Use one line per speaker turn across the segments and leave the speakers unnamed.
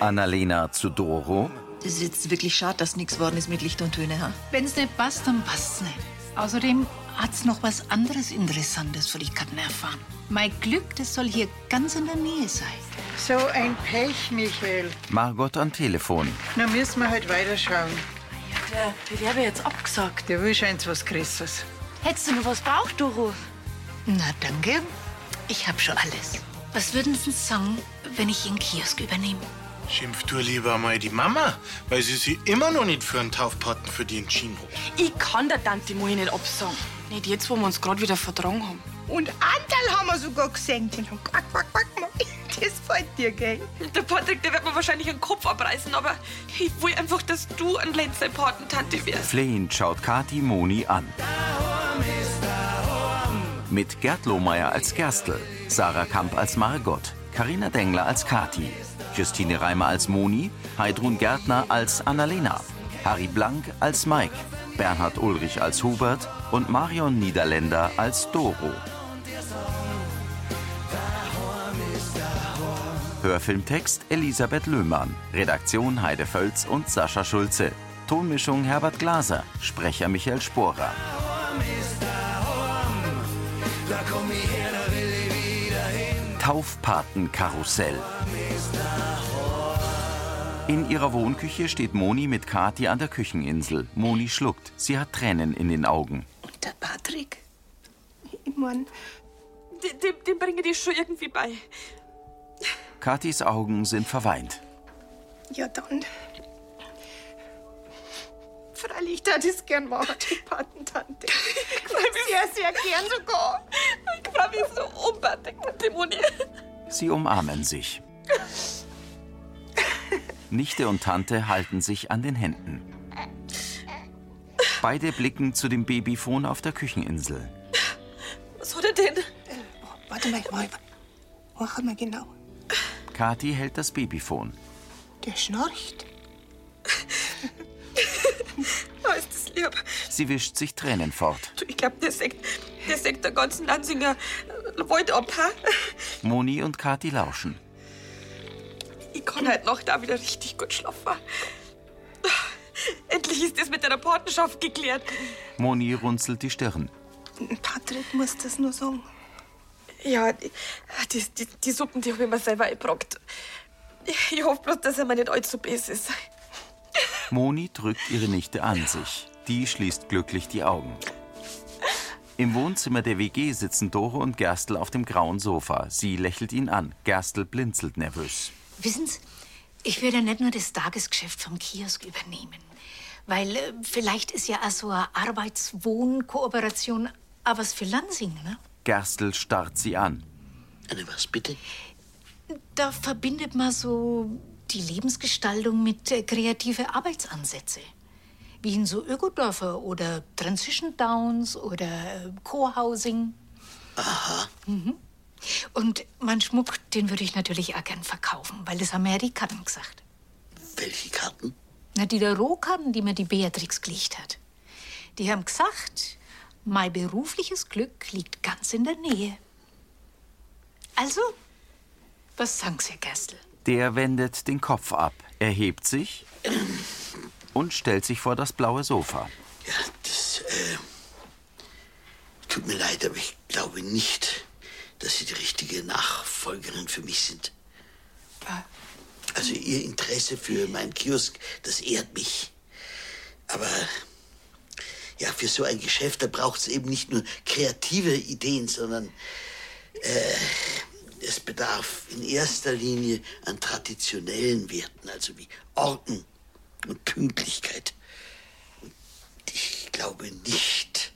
Annalena zu Doro.
Das ist jetzt wirklich schade, dass nichts worden ist mit Licht und Töne. Ha?
Wenn's nicht passt, dann passt's nicht. Außerdem hat's noch was anderes Interessantes für die Katten erfahren. Mein Glück, das soll hier ganz in der Nähe sein.
So ein Pech, Michael.
Margot am Telefon.
Na müssen wir halt weiterschauen.
Der Bewerber jetzt abgesagt.
Der will scheint was Größeres.
Hättest du nur was braucht, Doro?
Na, danke. Ich hab schon alles. Was würden Sie sagen, wenn ich Ihren Kiosk übernehme?
Schimpf du lieber mal die Mama, weil sie sie immer noch nicht für einen Taufpaten für die entschieden hat.
Ich kann der Tante Mohi nicht absagen. Nicht jetzt, wo wir uns gerade wieder verdrungen haben.
Und Anteil haben wir sogar gesenkt. Den haben quack, quack, quack gemacht. Das fällt dir, gell?
Der Patrick, der wird mir wahrscheinlich den Kopf abreißen, aber ich will einfach, dass du ein letzter Patentante wirst.
Flehend schaut Kati Moni an. Mit Gerd Lohmeier als Gerstl, Sarah Kamp als Margot, Karina Dengler als Kati, Christine Reimer als Moni, Heidrun Gärtner als Annalena, Harry Blank als Mike, Bernhard Ulrich als Hubert und Marion Niederländer als Doro. Hörfilmtext Elisabeth Löhmann, Redaktion Heide Völz und Sascha Schulze, Tonmischung Herbert Glaser, Sprecher Michael Sporer. Taufpatenkarussell. In ihrer Wohnküche steht Moni mit Kathi an der Kücheninsel. Moni schluckt. Sie hat Tränen in den Augen.
Und der Patrick? Ich mein,
Dem, dem, dem bringe ich schon irgendwie bei.
Kathis Augen sind verweint.
ja dann. Freilich, da das gern machen, die Patentante. sehr, sehr gern sogar.
Ich freue mich so um, Patrick, Tante Mohi.
Sie umarmen sich. Nichte und Tante halten sich an den Händen. Beide blicken zu dem Babyfon auf der Kücheninsel.
Was hat er denn?
Äh, oh, Warte mal, mal. Mach mal genau.
Kathi hält das Babyfon.
Der schnarcht.
Oh, ist das lieb.
Sie wischt sich Tränen fort.
Du, ich glaube, der sägt, der sägt der ganzen Lansinger äh, Wald ab. Ha?
Moni und Kathi lauschen.
Ich kann halt noch da wieder richtig gut schlafen. Endlich ist das mit deiner Patenschaft geklärt.
Moni runzelt die Stirn.
Patrick muss das nur sagen.
Ja, die, die, die Suppen, die habe ich mir selber eingebrockt. Ich hoffe bloß, dass er mir nicht allzu böse ist.
Moni drückt ihre Nichte an sich. Die schließt glücklich die Augen. Im Wohnzimmer der WG sitzen Doro und Gerstl auf dem grauen Sofa. Sie lächelt ihn an. Gerstl blinzelt nervös.
Wissen Sie, ich würde nicht nur das Tagesgeschäft vom Kiosk übernehmen. Weil äh, vielleicht ist ja auch so eine Arbeits-Wohn-Kooperation auch was für Lansing, ne?
Gerstl starrt sie an.
Eine was bitte?
Da verbindet man so die Lebensgestaltung mit äh, kreative Arbeitsansätze. Wie in so Ökodörfer oder Transition Downs oder äh, Co-Housing. Aha. Mhm. Und mein Schmuck, den würde ich natürlich auch gern verkaufen, weil das haben mir ja die Karten gesagt.
Welche Karten?
Na, die der Rohkarten, die mir die Beatrix gelegt hat. Die haben gesagt, mein berufliches Glück liegt ganz in der Nähe. Also, was sagen Sie, Herr Gerstl?
Der wendet den Kopf ab, erhebt sich und stellt sich vor das blaue Sofa.
Ja, das äh, tut mir leid, aber ich glaube nicht, dass Sie die richtige Nachfolgerin für mich sind. Also Ihr Interesse für meinen Kiosk, das ehrt mich. Aber ja, für so ein Geschäft, da braucht es eben nicht nur kreative Ideen, sondern äh, es bedarf in erster Linie an traditionellen Werten, also wie Ordnung und Pünktlichkeit. Und ich glaube nicht,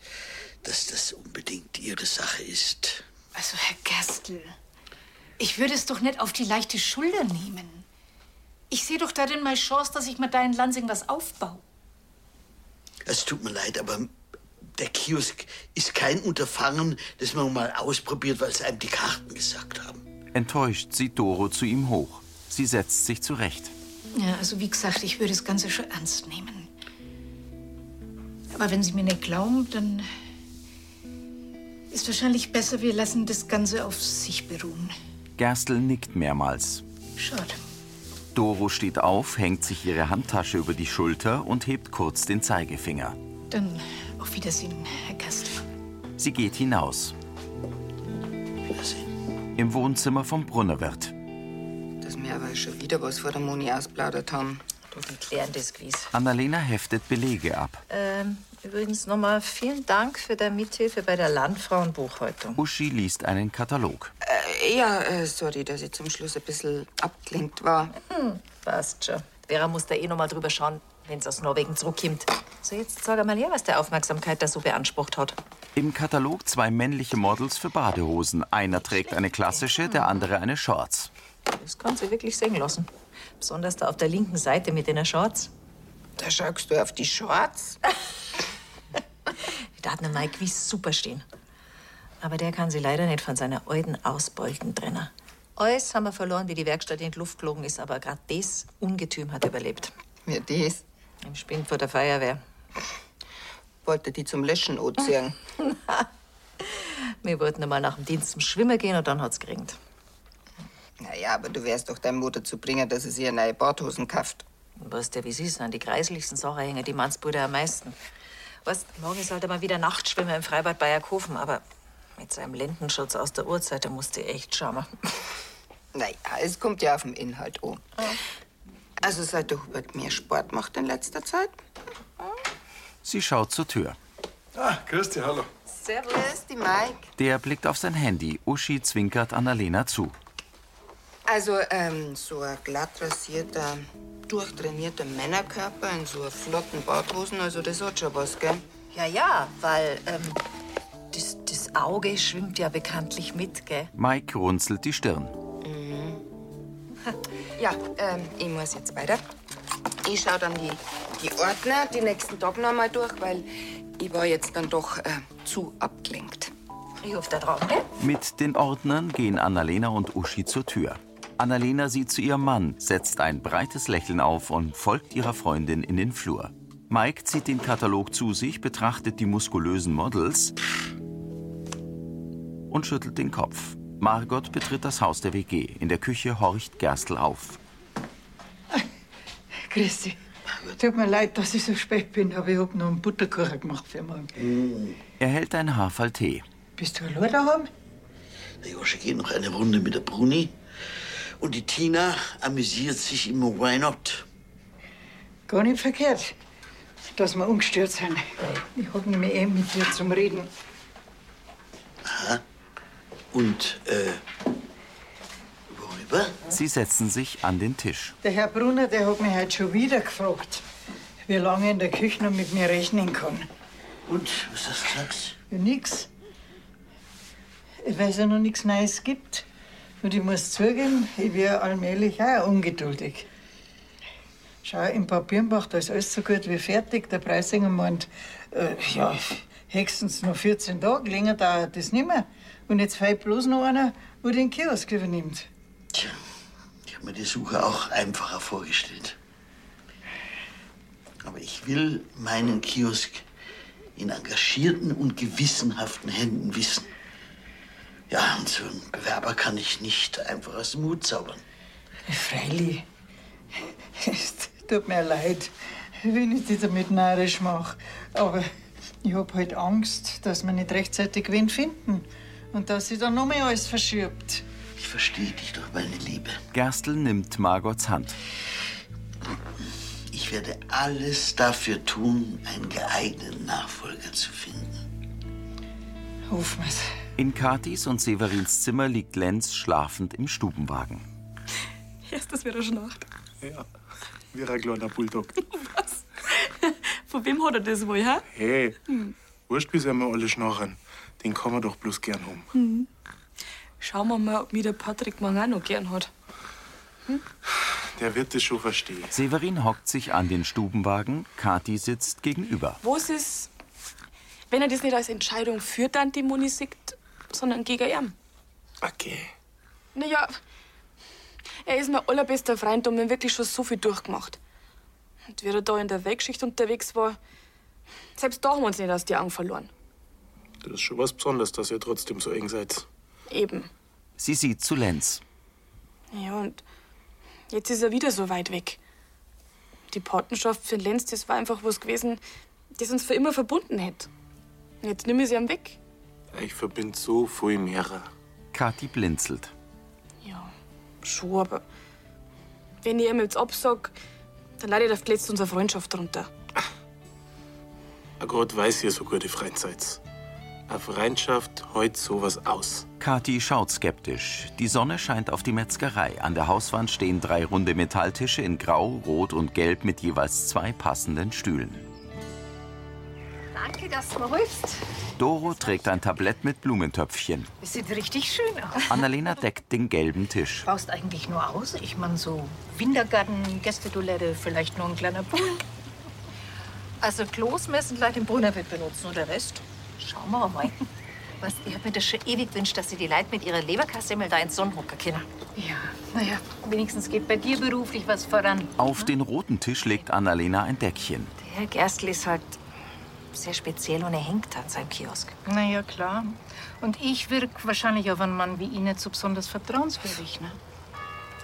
dass das unbedingt Ihre Sache ist.
Also, Herr Gerstl, ich würde es doch nicht auf die leichte Schulter nehmen. Ich sehe doch darin meine Chance, dass ich mit deinen Lansing was aufbaue.
Es tut mir leid, aber der Kiosk ist kein Unterfangen, das man mal ausprobiert, weil es einem die Karten gesagt haben.
Enttäuscht sieht Doro zu ihm hoch. Sie setzt sich zurecht.
Ja, also wie gesagt, ich würde das Ganze schon ernst nehmen. Aber wenn Sie mir nicht glauben, dann ist wahrscheinlich besser, wir lassen das Ganze auf sich beruhen.
Gerstl nickt mehrmals.
Schade.
Doro steht auf, hängt sich ihre Handtasche über die Schulter und hebt kurz den Zeigefinger.
Dann auf Wiedersehen, Herr Kastler.
Sie geht hinaus. Im Wohnzimmer vom Brunnerwirt.
Dass wir aber schon wieder was vor der Moni ausplaudert haben. Du, die klären das gewiss.
Annalena heftet Belege ab.
Ähm, übrigens nochmal vielen Dank für deine Mithilfe bei der Landfrauenbuchhaltung.
Uschi liest einen Katalog.
Äh, ja, äh, sorry, dass ich zum Schluss ein bisschen abgelenkt war.
Hm, passt schon. Vera muss da eh nochmal drüber schauen, wenn's aus Norwegen zurückkommt. So, jetzt sag mal her, was der Aufmerksamkeit da so beansprucht hat.
Im Katalog zwei männliche Models für Badehosen. Einer trägt eine klassische, der andere eine Shorts.
Das kann sie wirklich sehen lassen. Besonders da auf der linken Seite mit den Shorts.
Da schaust du auf die Shorts?
Da hat ne Mike wie super stehen. Aber der kann sie leider nicht von seiner alten Ausbeuten trennen. Alles haben wir verloren, wie die Werkstatt in die Luft geflogen ist, aber gerade das Ungetüm hat überlebt.
Ja, das.
Im Spind vor der Feuerwehr.
Wollte die zum Löschen anziehen.
Wir wollten einmal nach dem Dienst zum Schwimmen gehen und dann hat's geringt.
Naja, aber du wärst doch deine Mutter zu bringen, dass sie sich eine neue Badhosen kauft.
Weißt du, wie sie sind? An die kreislichsten Sachen hängen die Mannsbrüder am meisten. Weißt, morgen ist halt einmal wieder Nachtschwimmen im Freibad Bayerkofen, aber mit seinem Lendenschutz aus der Uhrzeit, da musst du echt schauen.
Naja, es kommt ja auf den Inhalt an. Also seit der Hubert mehr Sport macht in letzter Zeit.
Sie schaut zur Tür.
Ah, grüß dich, hallo.
Servus, die Mike.
Der blickt auf sein Handy. Uschi zwinkert Annalena zu.
Also, ähm, so ein glatt rasierter, durchtrainierter Männerkörper in so einer flotten Badhosen, also das hat schon was, gell?
Ja, ja, weil ähm, das, das Auge schwimmt ja bekanntlich mit, gell?
Mike runzelt die Stirn.
Ja, ähm, ich muss jetzt weiter. Ich schaue dann die, die Ordner die nächsten Tag noch mal durch, weil ich war jetzt dann doch äh, zu abgelenkt.
Ich hoffe da drauf, gell?
Mit den Ordnern gehen Annalena und Uschi zur Tür. Annalena sieht zu ihrem Mann, setzt ein breites Lächeln auf und folgt ihrer Freundin in den Flur. Mike zieht den Katalog zu sich, betrachtet die muskulösen Models und schüttelt den Kopf. Margot betritt das Haus der WG. In der Küche horcht Gerstl auf.
Grüß dich. Tut mir leid, dass ich so spät bin, aber ich hab noch einen Butterkuchen gemacht für morgen.
Er hält ein Haferl-Tee.
Bist du allein daheim?
Der Josche geht noch eine Runde mit der Bruni. Und die Tina amüsiert sich im Why Not.
Gar nicht verkehrt, dass wir umgestört sind. Ich hab nämlich eh mit dir zum Reden.
Aha. Und, äh, worüber?
Sie setzen sich an den Tisch.
Der Herr Brunner, der hat mich heute schon wieder gefragt, wie lange in der Küche noch mit mir rechnen kann.
Und, was hast du gesagt?
Ja, nix. Weil es ja noch nichts Neues gibt. Und ich muss zugeben, ich werde allmählich auch ungeduldig. Schau, im Papierbach, da ist alles so gut wie fertig. Der Preisinger meint, äh, ja, höchstens noch 14 Tage, länger dauert das nimmer. Und jetzt fehlt bloß noch einer, der den Kiosk übernimmt.
Tja, ich habe mir die Suche auch einfacher vorgestellt. Aber ich will meinen Kiosk in engagierten und gewissenhaften Händen wissen. Ja, und so einen Bewerber kann ich nicht einfach aus dem Hut zaubern.
Freilich. Es tut mir leid, wenn ich dich damit narrisch mache. Aber ich hab halt Angst, dass wir nicht rechtzeitig wen finden. Und dass sich dann noch mehr alles verschiebt.
Ich verstehe dich doch, meine Liebe.
Gerstl nimmt Margots Hand.
Ich werde alles dafür tun, einen geeigneten Nachfolger zu finden.
Hoffen wir's.
In Katis und Severins Zimmer liegt Lenz schlafend im Stubenwagen.
Erst das wieder Schlacht. Oh,
Ja, wie ein kleiner Bulldog.
Von wem hat er das wohl, hä?
Hey,
Hm,
wurscht, wie sie einmal alle schnarren. Den kann man doch bloß gern haben.
Hm. Schauen wir mal, ob mir der Patrick Mangano gern hat.
Der wird das schon verstehen.
Severin hockt sich an den Stubenwagen, Kati sitzt gegenüber.
Was ist, wenn er das nicht als Entscheidung für Dante Moni sieht, sondern gegen ihn?
Okay.
Naja, er ist mein allerbester Freund und wir haben wirklich schon so viel durchgemacht. Und wie er da in der Wegschicht unterwegs war, selbst da haben wir uns nicht aus die Augen verloren.
Das ist schon was Besonderes, dass ihr trotzdem so eng seid.
Eben.
Sie sieht zu Lenz.
Ja, und Jetzt ist er wieder so weit weg. Die Patenschaft für den Lenz, das war einfach was gewesen, das uns für immer verbunden hätte. Und Jetzt nimm ich sie ihm weg.
Ich verbinde so viel mehrer.
Kathi blinzelt.
Ja, schon, aber wenn ich ihm jetzt absag, dann leidet auf letztens unsere Freundschaft darunter.
Ein Gott weiß ihr so gute Freizeit. Eine Freundschaft heut sowas aus.
Kathi schaut skeptisch. Die Sonne scheint auf die Metzgerei. An der Hauswand stehen drei runde Metalltische in Grau, Rot und Gelb mit jeweils zwei passenden Stühlen.
Danke, dass du mir hilfst.
Doro trägt ein Tablett mit Blumentöpfchen.
Das sieht richtig schön aus.
Annalena deckt den gelben Tisch.
Brauchst eigentlich nur aus. Ich meine, so Wintergarten, Gästetoilette, vielleicht nur ein kleiner Pool. Also Klos müssen gleich den Brunner wird benutzen und der Rest schauen wir mal.
Was, ich hab mir das schon ewig gewünscht, dass sie die Leute mit ihrer Leberkassemmel da ins Sonnenhocker kennen.
Ja, naja, wenigstens geht bei dir beruflich was voran.
Auf den roten Tisch legt Annalena ein Deckchen.
Herr Gerstl ist halt sehr speziell und er hängt an seinem Kiosk.
Na ja, klar. Und ich wirke wahrscheinlich auf einen Mann wie ihn nicht so besonders vertrauenswürdig, ne?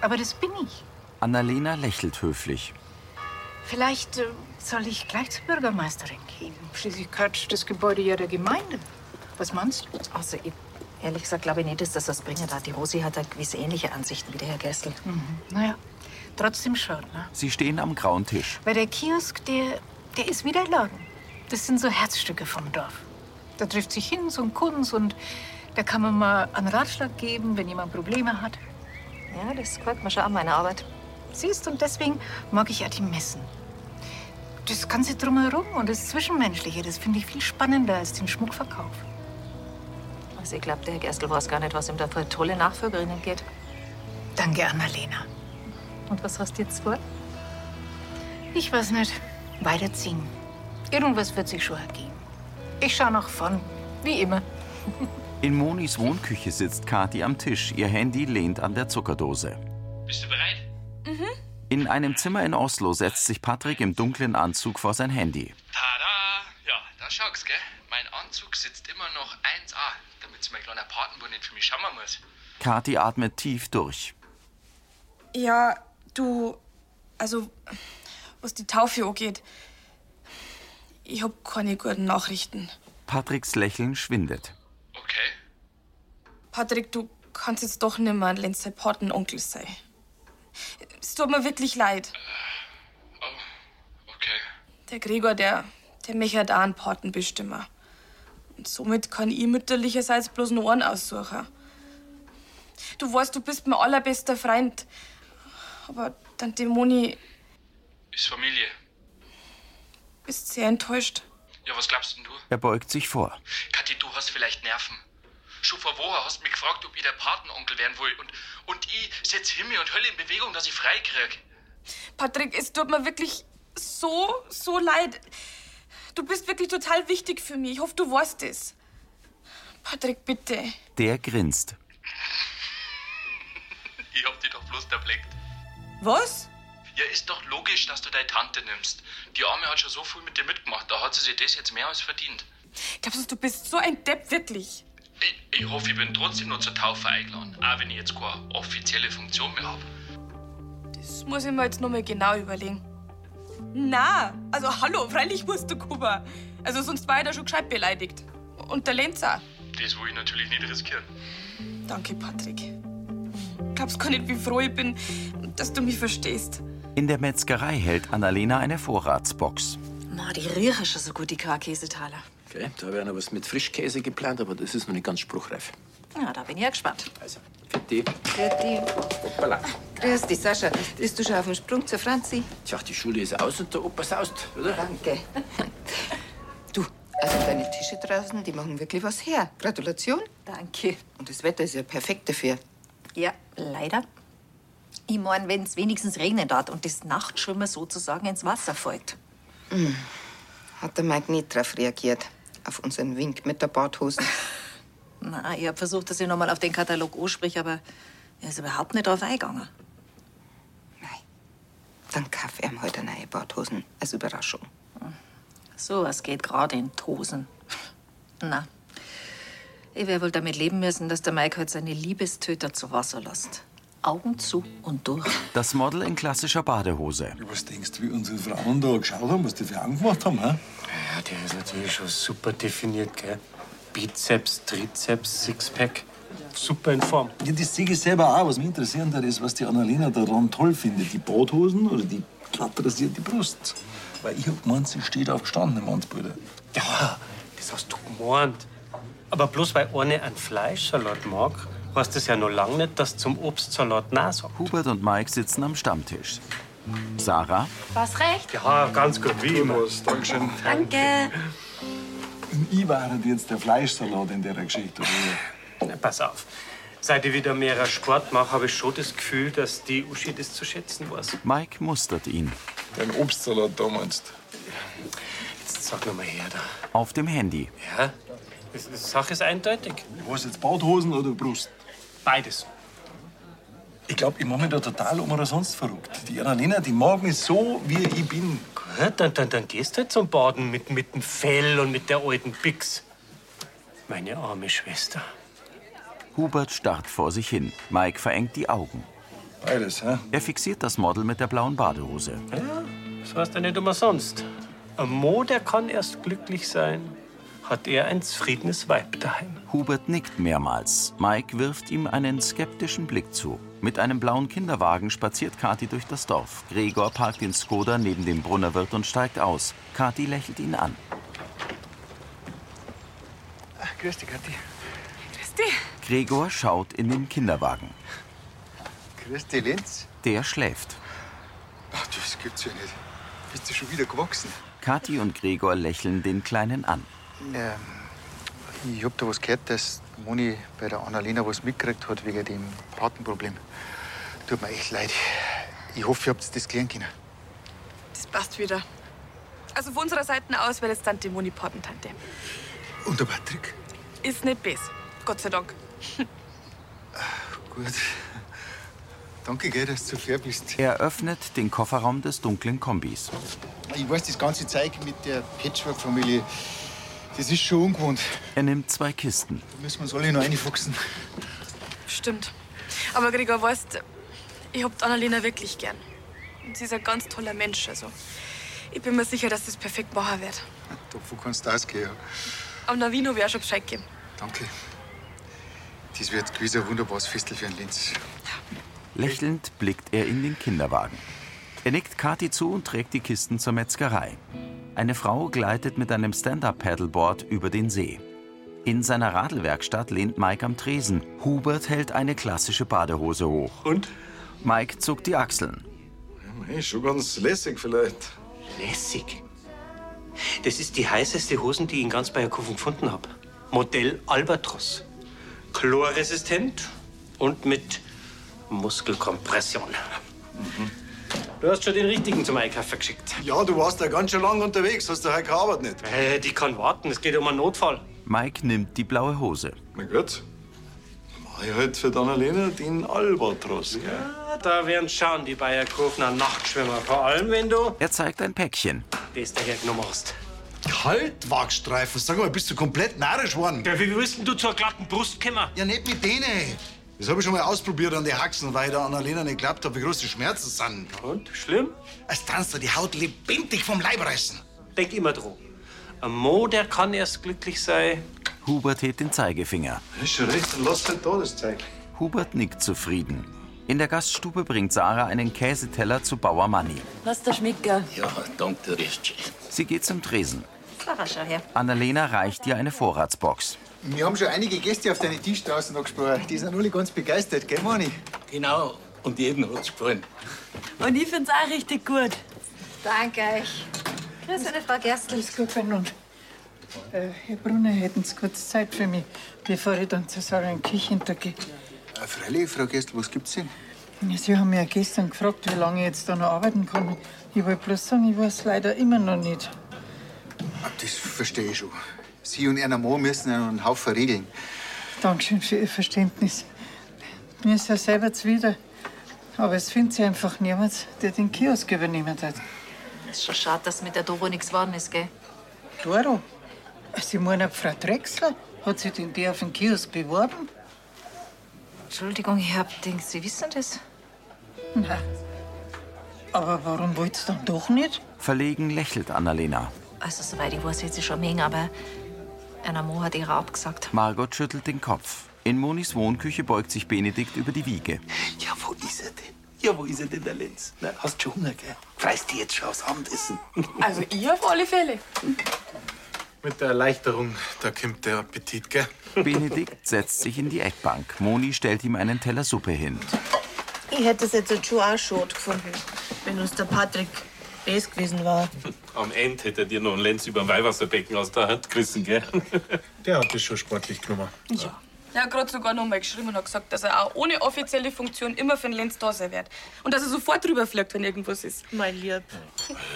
Aber das bin ich.
Annalena lächelt höflich.
Vielleicht äh, soll ich gleich zur Bürgermeisterin gehen. Schließlich gehört das Gebäude ja der Gemeinde. Was meinst du?
Also, ich, ehrlich gesagt, glaube ich nicht, dass das was bringen hat. Die Rosi hat da gewisse ähnliche Ansichten wie der Herr Gerstl.
Naja, trotzdem schon, ne?
Sie stehen am grauen Tisch.
Weil der Kiosk, der, der ist wieder laden. Das sind so Herzstücke vom Dorf. Da trifft sich hin so ein Kunst und da kann man mal einen Ratschlag geben, wenn jemand Probleme hat.
Ja, das gefällt mir schon an meiner Arbeit.
Siehst, und deswegen mag ich ja die Messen. Das ganze Drumherum und das Zwischenmenschliche, das finde ich viel spannender als den Schmuckverkauf.
Also, ich glaube, der Herr Gerstl weiß gar nicht, was ihm da für eine tolle Nachfolgerin entgeht.
Danke, Annalena.
Und was hast du jetzt vor?
Ich weiß nicht. Weiterziehen. Irgendwas wird sich schon ergeben. Ich schaue nach vorn, wie immer.
In Monis Wohnküche sitzt Kathi am Tisch. Ihr Handy lehnt an der Zuckerdose.
Bist du bereit? Mhm.
In einem Zimmer in Oslo setzt sich Patrick im dunklen Anzug vor sein Handy.
Tada! Ja, da schau's, gell? Mein Anzug sitzt immer noch 1A, damit's mein kleiner Patenbo nicht für mich schauen muss.
Kathi atmet tief durch.
Ja, du. Also, was die Taufe angeht, ich hab keine guten Nachrichten.
Patricks Lächeln schwindet.
Patrick, du kannst jetzt doch nimmer ein Lenz sein Patenonkel sein. Es tut mir wirklich leid. Der Gregor, der, der mich hat auch einen Patenbestimmer. Und somit kann ich mütterlicherseits bloß nur einen aussuchen. Du weißt, du bist mein allerbester Freund. Aber Tante Moni
Ist Familie.
ist sehr enttäuscht.
Ja, was glaubst denn du?
Er beugt sich vor.
Kathi, du hast vielleicht Nerven. Schon vor Wochen hast mich gefragt, ob ich der Patenonkel werden will. Und, und ich setz Himmel und Hölle in Bewegung, dass ich frei krieg.
Patrick, es tut mir wirklich so, so leid. Du bist wirklich total wichtig für mich. Ich hoffe, du weißt es. Patrick, bitte.
Der grinst.
Ich hab dich doch bloß erblickt.
Was?
Ja, ist doch logisch, dass du deine Tante nimmst. Die Arme hat schon so viel mit dir mitgemacht. Da hat sie sich das jetzt mehr als verdient.
Glaubst du, du bist so ein Depp, wirklich?
Ich hoffe, ich bin trotzdem nur zur Taufe eingeladen. Auch wenn ich jetzt keine offizielle Funktion mehr habe.
Das muss ich mir jetzt nochmal genau überlegen. Na, also hallo, freilich musst du Kuba. Also sonst war er da schon gescheit beleidigt. Und der Lenzer.
Das will ich natürlich nicht riskieren.
Danke, Patrick. Glaubst gar nicht, wie froh ich bin, dass du mich verstehst.
In der Metzgerei hält Annalena eine Vorratsbox.
Na, die riechen schon so gut, die Quarkäsetaler.
Okay, da wäre noch was mit Frischkäse geplant, aber das ist noch nicht ganz spruchreif.
Ja, da bin ich ja gespannt.
Also, für die.
Fertig.
Hoppala.
Grüß dich, Sascha. Bist du schon auf dem Sprung zur Franzi?
Tja, die Schule ist aus und der Opa saust, oder?
Danke. Du, also deine Tische draußen, die machen wirklich was her. Gratulation. Danke. Und das Wetter ist ja perfekt dafür.
Ja, leider. Ich mein, wenn es wenigstens regnen hat und das Nachtschwimmen sozusagen ins Wasser fällt.
Hm. Hat der Mike nicht drauf reagiert? Auf unseren Wink mit der Badhose.
Na, ich hab versucht, dass ich nochmal auf den Katalog ansprich, aber er ist überhaupt nicht drauf eingegangen.
Dann kauf er ihm heute halt neue Badhosen als Überraschung.
So was geht gerade in Tosen. Na, ich wär wohl damit leben müssen, dass der Mike heute seine Liebestöter zu Wasser lässt. Augen zu und durch.
Das Model in klassischer Badehose.
Was denkst du, wie unsere Frauen da geschaut haben, was die für angemacht haben? He?
Ja, der ist natürlich schon super definiert, gell? Bizeps, Trizeps, Sixpack. Super in Form.
Ja, das sehe ich selber auch. Was mich interessierender ist, was die Annalena daran toll findet. Die Badhosen oder die glatt rasierte Brust. Weil ich hab gemeint, sie steht auf gestandene Mannsbrüder.
Ja, das hast du gemeint. Aber bloß weil eine einen Fleischsalat mag, heißt das ja noch lange nicht, dass zum Obstsalat nein sagt.
Hubert und Mike sitzen am Stammtisch. Sarah,
Was recht?
Ja, ganz gut, wie immer. Dankeschön.
Danke.
Und ich war halt jetzt der Fleischsalat in der Geschichte.
Na, pass auf. Seit ich wieder mehr Sport mache, habe ich schon das Gefühl, dass die Uschi das zu schätzen weiß.
Mike mustert ihn.
Den Obstsalat da meinst
Jetzt sag noch mal her da.
Auf dem Handy.
Ja? Das- Die Sache ist eindeutig.
Was jetzt, Badhosen oder Brust?
Beides.
Ich glaube, ich mache mich da total um oder sonst verrückt. Die Annalena, die mag mich so, wie ich bin.
Gut, dann, dann, dann gehst du halt zum Baden mit, mit dem Fell und mit der alten Bix. Meine arme Schwester.
Hubert starrt vor sich hin. Mike verengt die Augen.
Beides, hä?
Er fixiert das Model mit der blauen Badehose.
Ja, das heißt ja nicht immer sonst. Ein Mo, der kann erst glücklich sein, hat er ein zufriedenes Weib daheim.
Hubert nickt mehrmals. Mike wirft ihm einen skeptischen Blick zu. Mit einem blauen Kinderwagen spaziert Kathi durch das Dorf. Gregor parkt den Skoda neben dem Brunnerwirt und steigt aus. Kathi lächelt ihn an.
Ach, grüß dich, Kathi.
Grüß dich.
Gregor schaut in den Kinderwagen.
Grüß dich, Lenz.
Der schläft.
Ach, das gibt's ja nicht. Bist du schon wieder gewachsen?
Kathi und Gregor lächeln den Kleinen an.
Ähm, ich hab da was gehört, dass Moni bei der Annalena was mitgekriegt hat wegen dem Bratenproblem. Tut mir echt leid. Ich hoffe, ihr habt das klären können.
Das passt wieder. Also von unserer Seite aus wäre jetzt Tante Moni Patentante.
Und der Patrick?
Ist nicht besser. Gott sei Dank.
Gut. Danke, gell, dass du so fair bist.
Er öffnet den Kofferraum des dunklen Kombis.
Ich weiß, das ganze Zeug mit der Patchwork-Familie, das ist schon ungewohnt.
Er nimmt zwei Kisten.
Da müssen wir uns alle noch reinfuchsen.
Stimmt. Aber Gregor, weißt ich hab die Annalena wirklich gern. Und sie ist ein ganz toller Mensch. Also, ich bin mir sicher, dass das perfekt machen wird.
Davon kannst du ausgehen. ja.
Am Navino habe ich auch schon Bescheid gegeben.
Danke. Das wird gewiss ein wunderbares Festel für den Linz.
Lächelnd blickt er in den Kinderwagen. Er nickt Kathi zu und trägt die Kisten zur Metzgerei. Eine Frau gleitet mit einem Stand-Up-Paddleboard über den See. In seiner Radelwerkstatt lehnt Mike am Tresen. Hubert hält eine klassische Badehose hoch.
Und?
Mike zuckt die Achseln.
Hey, schon ganz lässig vielleicht.
Lässig. Das ist die heißeste Hosen, die ich in ganz Bayerkofen gefunden habe. Modell Albatros. Chlorresistent und mit Muskelkompression. Du hast schon den richtigen zum Einkaufen geschickt.
Ja, du warst ja ganz schön lang unterwegs, hast du heute gearbeitet nicht?
Äh, die kann warten, es geht um einen Notfall.
Mike nimmt die blaue Hose.
Na gut. Mach ich halt für dann alleine den Albatros, gell?
Ah, Da werden schauen die Bayerkofener Nachtschwimmer, vor allem wenn du
Er zeigt ein Päckchen.
das dahergenommen hast.
Kaltwachstreifen, sag mal, bist du komplett narrisch geworden?
Ja, wie willst denn du zur glatten Brust kommen?
Ja, nicht mit denen. Das habe ich schon mal ausprobiert an die Haxen, weil ich der Annalena nicht glaubt habe, wie groß die Schmerzen sind.
Und? Schlimm?
Als tanzt du die Haut lebendig vom Leib reißen.
Denk immer dran. Ein Mo, der kann erst glücklich sein.
Hubert hebt den Zeigefinger.
Ist schon recht, dann lass halt da das Zeug.
Hubert nickt zufrieden. In der Gaststube bringt Sarah einen Käseteller zu Bauer Manni.
Was der Schmicker?
Ja, danke, Rüstchen. Sie geht zum Tresen.
Sarah, schau her.
Annalena reicht ihr eine Vorratsbox.
Wir haben schon einige Gäste auf deinen Tisch draußen angesprochen. Die sind alle ganz begeistert, gell, Moni?
Genau, und jedem hat's gefallen.
Und ich find's auch richtig gut. Danke euch. Grüß eine Frau Gerstl.
Grüß Gott, Bernhard. Äh, Herr Brunner, hätten Sie kurz Zeit für mich, bevor ich dann zur Sarah-Kirchen gehe?
Ah, Freilich, Frau Gästl, was gibt's denn?
Sie haben mich ja gestern gefragt, wie lange ich jetzt da noch arbeiten kann. Ich wollte bloß sagen, ich weiß leider immer noch nicht.
Ah, Das verstehe ich schon. Sie und Erna Mo müssen einen Haufen regeln.
Dankeschön für Ihr Verständnis. Mir ist ja selber zuwider. Aber es findet sich einfach niemand, der den Kiosk übernehmen hat.
Ist schon schade, dass mit der Doro nichts geworden ist, gell?
Doro, Sie meinen, Frau Drechsler hat sich denn der auf den Kiosk beworben?
Entschuldigung, Herr Dings, Sie wissen das?
Na, aber warum wollt's dann doch nicht?
Verlegen lächelt Annalena.
Also, soweit ich weiß, wird sie schon mengen, aber einer Mo hat ihre abgesagt.
Margot schüttelt den Kopf. In Monis Wohnküche beugt sich Benedikt über die Wiege.
Ja, wo ist er denn? Ja, wo ist er denn, der Lenz? Na, hast schon Hunger, gell? Freist dich jetzt schon aufs Abendessen.
Also ich auf alle Fälle.
Mit der Erleichterung, da kommt der Appetit, gell?
Benedikt setzt sich in die Eckbank. Moni stellt ihm einen Teller Suppe hin.
Ich hätte es jetzt schon auch schade gefunden, wenn uns der Patrick bes gewesen war.
Am Ende hätte er dir noch einen Lenz über dem Weihwasserbecken aus der Hand gerissen, gell?
Der hat das schon sportlich genommen.
Ja. Er hat gerade sogar noch mal geschrieben und hat gesagt, dass er auch ohne offizielle Funktion immer für den Lenz da sein wird. Und dass er sofort drüber fliegt, wenn irgendwas ist. Mein Lieb.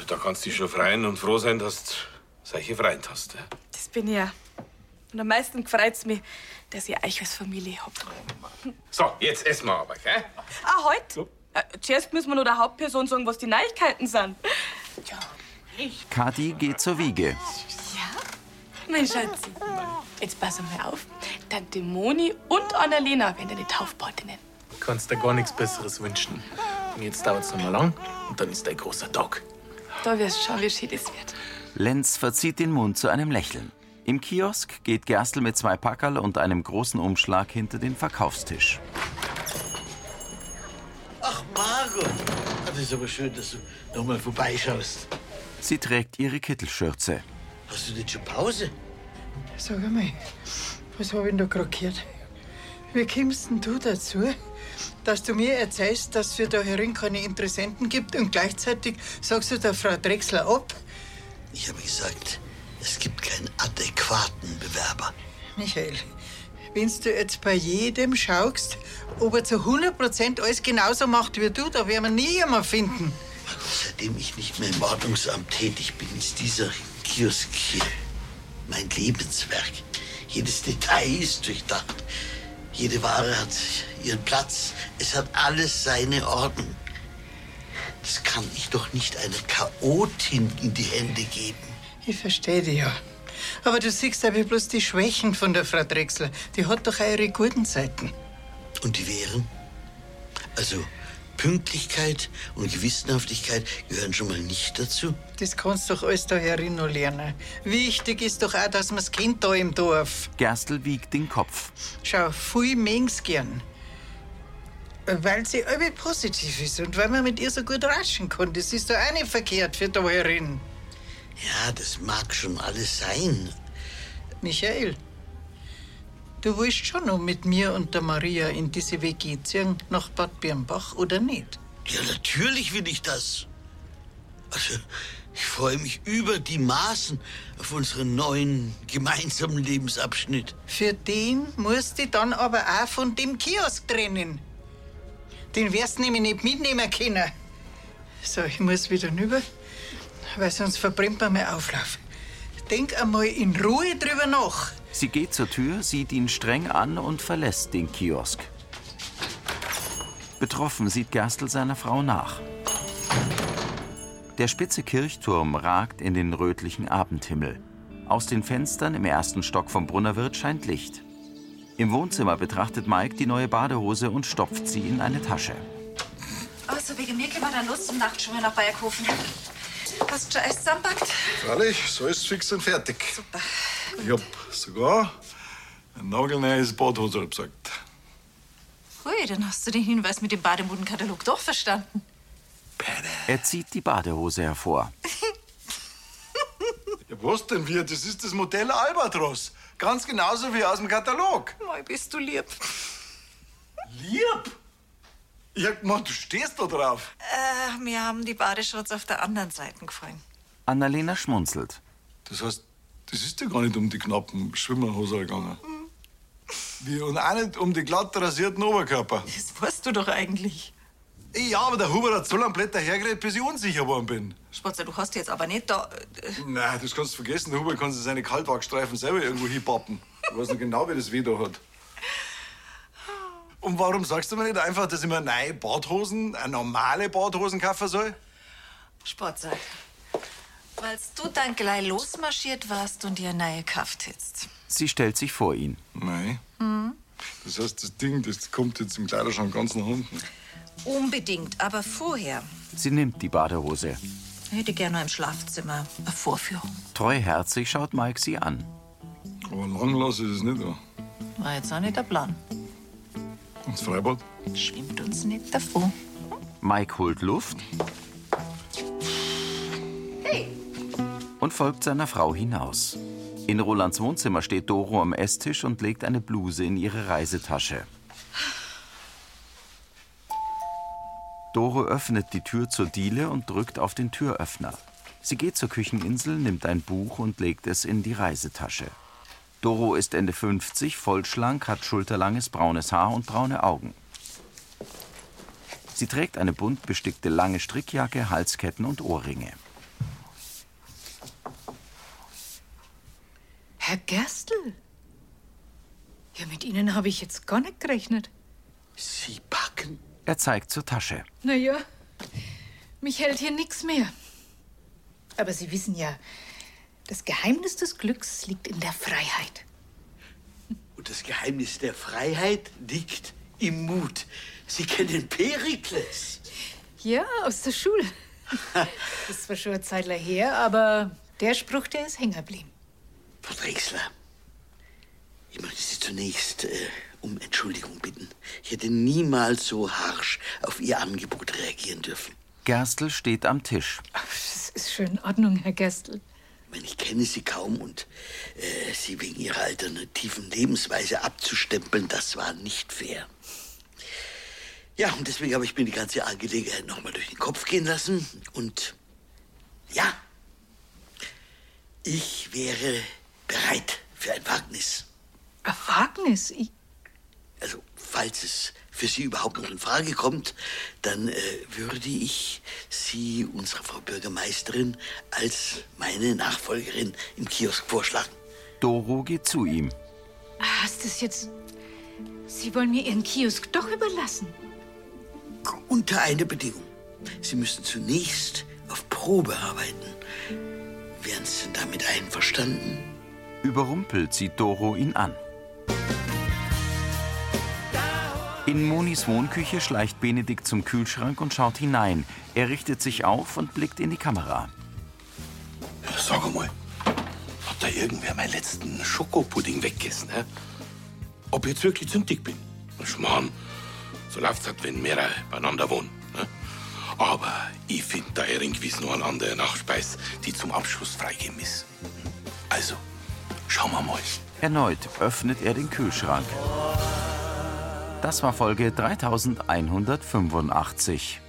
Da kannst du dich schon freuen und froh sein, dass du solche Freund hast. ja.
Das bin ich ja. Und am meisten freut's mich, dass ihr euch als Familie habt.
So, jetzt essen wir aber, gell?
Ah, heute? Äh, Zuerst müssen wir nur der Hauptperson sagen, was die Neuigkeiten sind. Ja, ich.
Kathi geht zur Wiege.
Ja? Mein Schatz. Jetzt pass mal auf. Tante Moni und Annalena werden deine Taufpatinnen.
Kannst dir gar nichts Besseres wünschen. Und jetzt dauert's noch mal lang und dann ist dein großer Tag.
Da wirst du schauen, wie schön das wird.
Lenz verzieht den Mund zu einem Lächeln. Im Kiosk geht Gerstl mit zwei Packerl und einem großen Umschlag hinter den Verkaufstisch.
Ach, Margot, das ist aber schön, dass du nochmal vorbeischaust.
Sie trägt ihre Kittelschürze.
Hast du nicht schon Pause?
Sag einmal, was hab ich denn da gerade gehört? Wie kommst denn du dazu, dass du mir erzählst, dass es für da herin keine Interessenten gibt und gleichzeitig sagst du der Frau Drechsler ab?
Ich habe gesagt, es gibt keinen adäquaten Bewerber.
Michael, wenn du jetzt bei jedem schaust, ob er zu 100% alles genauso macht wie du, da werden wir nie jemanden finden.
Seitdem ich nicht mehr im Ordnungsamt tätig bin, ist dieser Kiosk hier mein Lebenswerk. Jedes Detail ist durchdacht. Jede Ware hat ihren Platz. Es hat alles seine Ordnung. Das kann ich doch nicht einer Chaotin in die Hände geben.
Ich verstehe dich ja. Aber du siehst aber bloß die Schwächen von der Frau Drechsler. Die hat doch auch ihre guten Seiten.
Und die wären? Also Pünktlichkeit und Gewissenhaftigkeit gehören schon mal nicht dazu.
Das kannst du doch alles da herin noch lernen. Wichtig ist doch auch, dass man das Kind da im Dorf.
Gerstl wiegt den Kopf.
Schau, viel mengs gern. Weil sie alle positiv ist und weil man mit ihr so gut raschen kann. Das ist doch auch nicht verkehrt für da herin.
Ja, das mag schon alles sein.
Michael, du willst schon noch mit mir und der Maria in diese WG ziehen nach Bad Birnbach, oder nicht?
Ja, natürlich will ich das. Also, ich freue mich über die Maßen auf unseren neuen gemeinsamen Lebensabschnitt.
Für den musst du dann aber auch von dem Kiosk trennen. Den wirst du nämlich nicht mitnehmen können. So, ich muss wieder rüber, weil sonst verbrennt man meinen Auflauf. Denk einmal in Ruhe drüber nach.
Sie geht zur Tür, sieht ihn streng an und verlässt den Kiosk. Betroffen sieht Gerstl seiner Frau nach. Der spitze Kirchturm ragt in den rötlichen Abendhimmel. Aus den Fenstern im ersten Stock vom Brunnerwirt scheint Licht. Im Wohnzimmer betrachtet Mike die neue Badehose und stopft sie in eine Tasche.
Also, wegen mir gehen wir dann los zum Nachtschwimmen nach Bayerkofen. Hast du schon alles zusammenpackt?
Freilich, so ist fix und fertig. Super. Ich hab sogar ein nagelneues Badhose abgesagt.
Hui, dann hast du den Hinweis mit dem Bademodenkatalog doch verstanden.
Er zieht die Badehose hervor.
Ja, was denn wir? Das ist das Modell Albatros. Ganz genauso wie aus dem Katalog.
Mei, bist du lieb.
Lieb? Ich hab gemeint, du stehst da drauf.
Äh, mir haben die Badeschrotts auf der anderen Seite gefallen.
Annalena schmunzelt.
Das heißt, das ist ja gar nicht um die knappen Schwimmerhosen gegangen. Wie, und auch nicht um die glatt rasierten Oberkörper.
Das weißt du doch eigentlich.
Ja, aber der Huber hat so lange Blätter hergeredet, bis ich unsicher geworden bin.
Spatzer, du hast jetzt aber nicht da.
Nein, das kannst du vergessen. Der Huber kann sich seine Kaltwachstreifen selber irgendwo hinpappen. Ich weiß noch genau, wer das weh da hat. Und warum sagst du mir nicht einfach, dass ich mir neue Badhosen, eine normale Badhosen kaufen soll?
Spatzer. Weil du dann gleich losmarschiert warst und dir eine neue Kraft hättest.
Sie stellt sich vor ihn.
Nein.
Hm?
Das heißt, das Ding, das kommt jetzt im Kleiderschrank ganz nach unten.
Unbedingt, aber vorher
Sie nimmt die Badehose.
hätte ich gerne im Schlafzimmer eine Vorführung.
Treuherzig schaut Mike sie an.
Aber lang lasse ich es nicht an.
War jetzt auch nicht der Plan.
Ins Freibad?
Schwimmt uns nicht davon.
Mike holt Luft
Hey,
und folgt seiner Frau hinaus. In Rolands Wohnzimmer steht Doro am Esstisch und legt eine Bluse in ihre Reisetasche. Doro öffnet die Tür zur Diele und drückt auf den Türöffner. Sie geht zur Kücheninsel, nimmt ein Buch und legt es in die Reisetasche. Doro ist Ende 50, vollschlank, hat schulterlanges braunes Haar und braune Augen. Sie trägt eine bunt bestickte lange Strickjacke, Halsketten und Ohrringe.
Herr Gerstl? Ja, mit Ihnen habe ich jetzt gar nicht gerechnet.
Sie packen? Er zeigt zur Tasche.
Naja, mich hält hier nichts mehr. Aber Sie wissen ja, das Geheimnis des Glücks liegt in der Freiheit.
Und das Geheimnis der Freiheit liegt im Mut. Sie kennen Perikles.
Ja, aus der Schule. Das war schon eine Zeit lang her, aber der Spruch, der ist hängen geblieben.
Frau Drechsler, ich möchte Sie zunächst äh, um Entschuldigung bitten. Ich hätte niemals so harsch auf Ihr Angebot reagieren dürfen.
Gerstl steht am Tisch.
Das ist schon in Ordnung, Herr Gerstl.
Ich meine, ich kenne Sie kaum und äh, Sie wegen Ihrer alternativen Lebensweise abzustempeln, das war nicht fair. Ja, und deswegen habe ich mir die ganze Angelegenheit nochmal durch den Kopf gehen lassen und ja, ich wäre bereit für ein Wagnis.
Ein Wagnis? Ich,
Also, falls es für Sie überhaupt noch in Frage kommt, dann äh, würde ich Sie, unserer Frau Bürgermeisterin, als meine Nachfolgerin im Kiosk vorschlagen.
Doro geht zu ihm.
hast Ah, das jetzt. Sie wollen mir Ihren Kiosk doch überlassen.
Unter einer Bedingung. Sie müssen zunächst auf Probe arbeiten. Wären Sie denn damit einverstanden?
Überrumpelt sieht Doro ihn an. In Monis Wohnküche schleicht Benedikt zum Kühlschrank und schaut hinein. Er richtet sich auf und blickt in die Kamera.
Sag mal.
Hat da irgendwer meinen letzten Schokopudding weggegessen?
Ne? Ob ich jetzt wirklich zündig bin? Schmarrn. So läuft's halt, wenn mehrere beieinander wohnen. Ne? Aber ich finde da irgendwie noch eine andere Nachspeis, die zum Abschluss freigeben ist. Also, schauen wir mal.
Erneut öffnet er den Kühlschrank. Das war Folge 3185.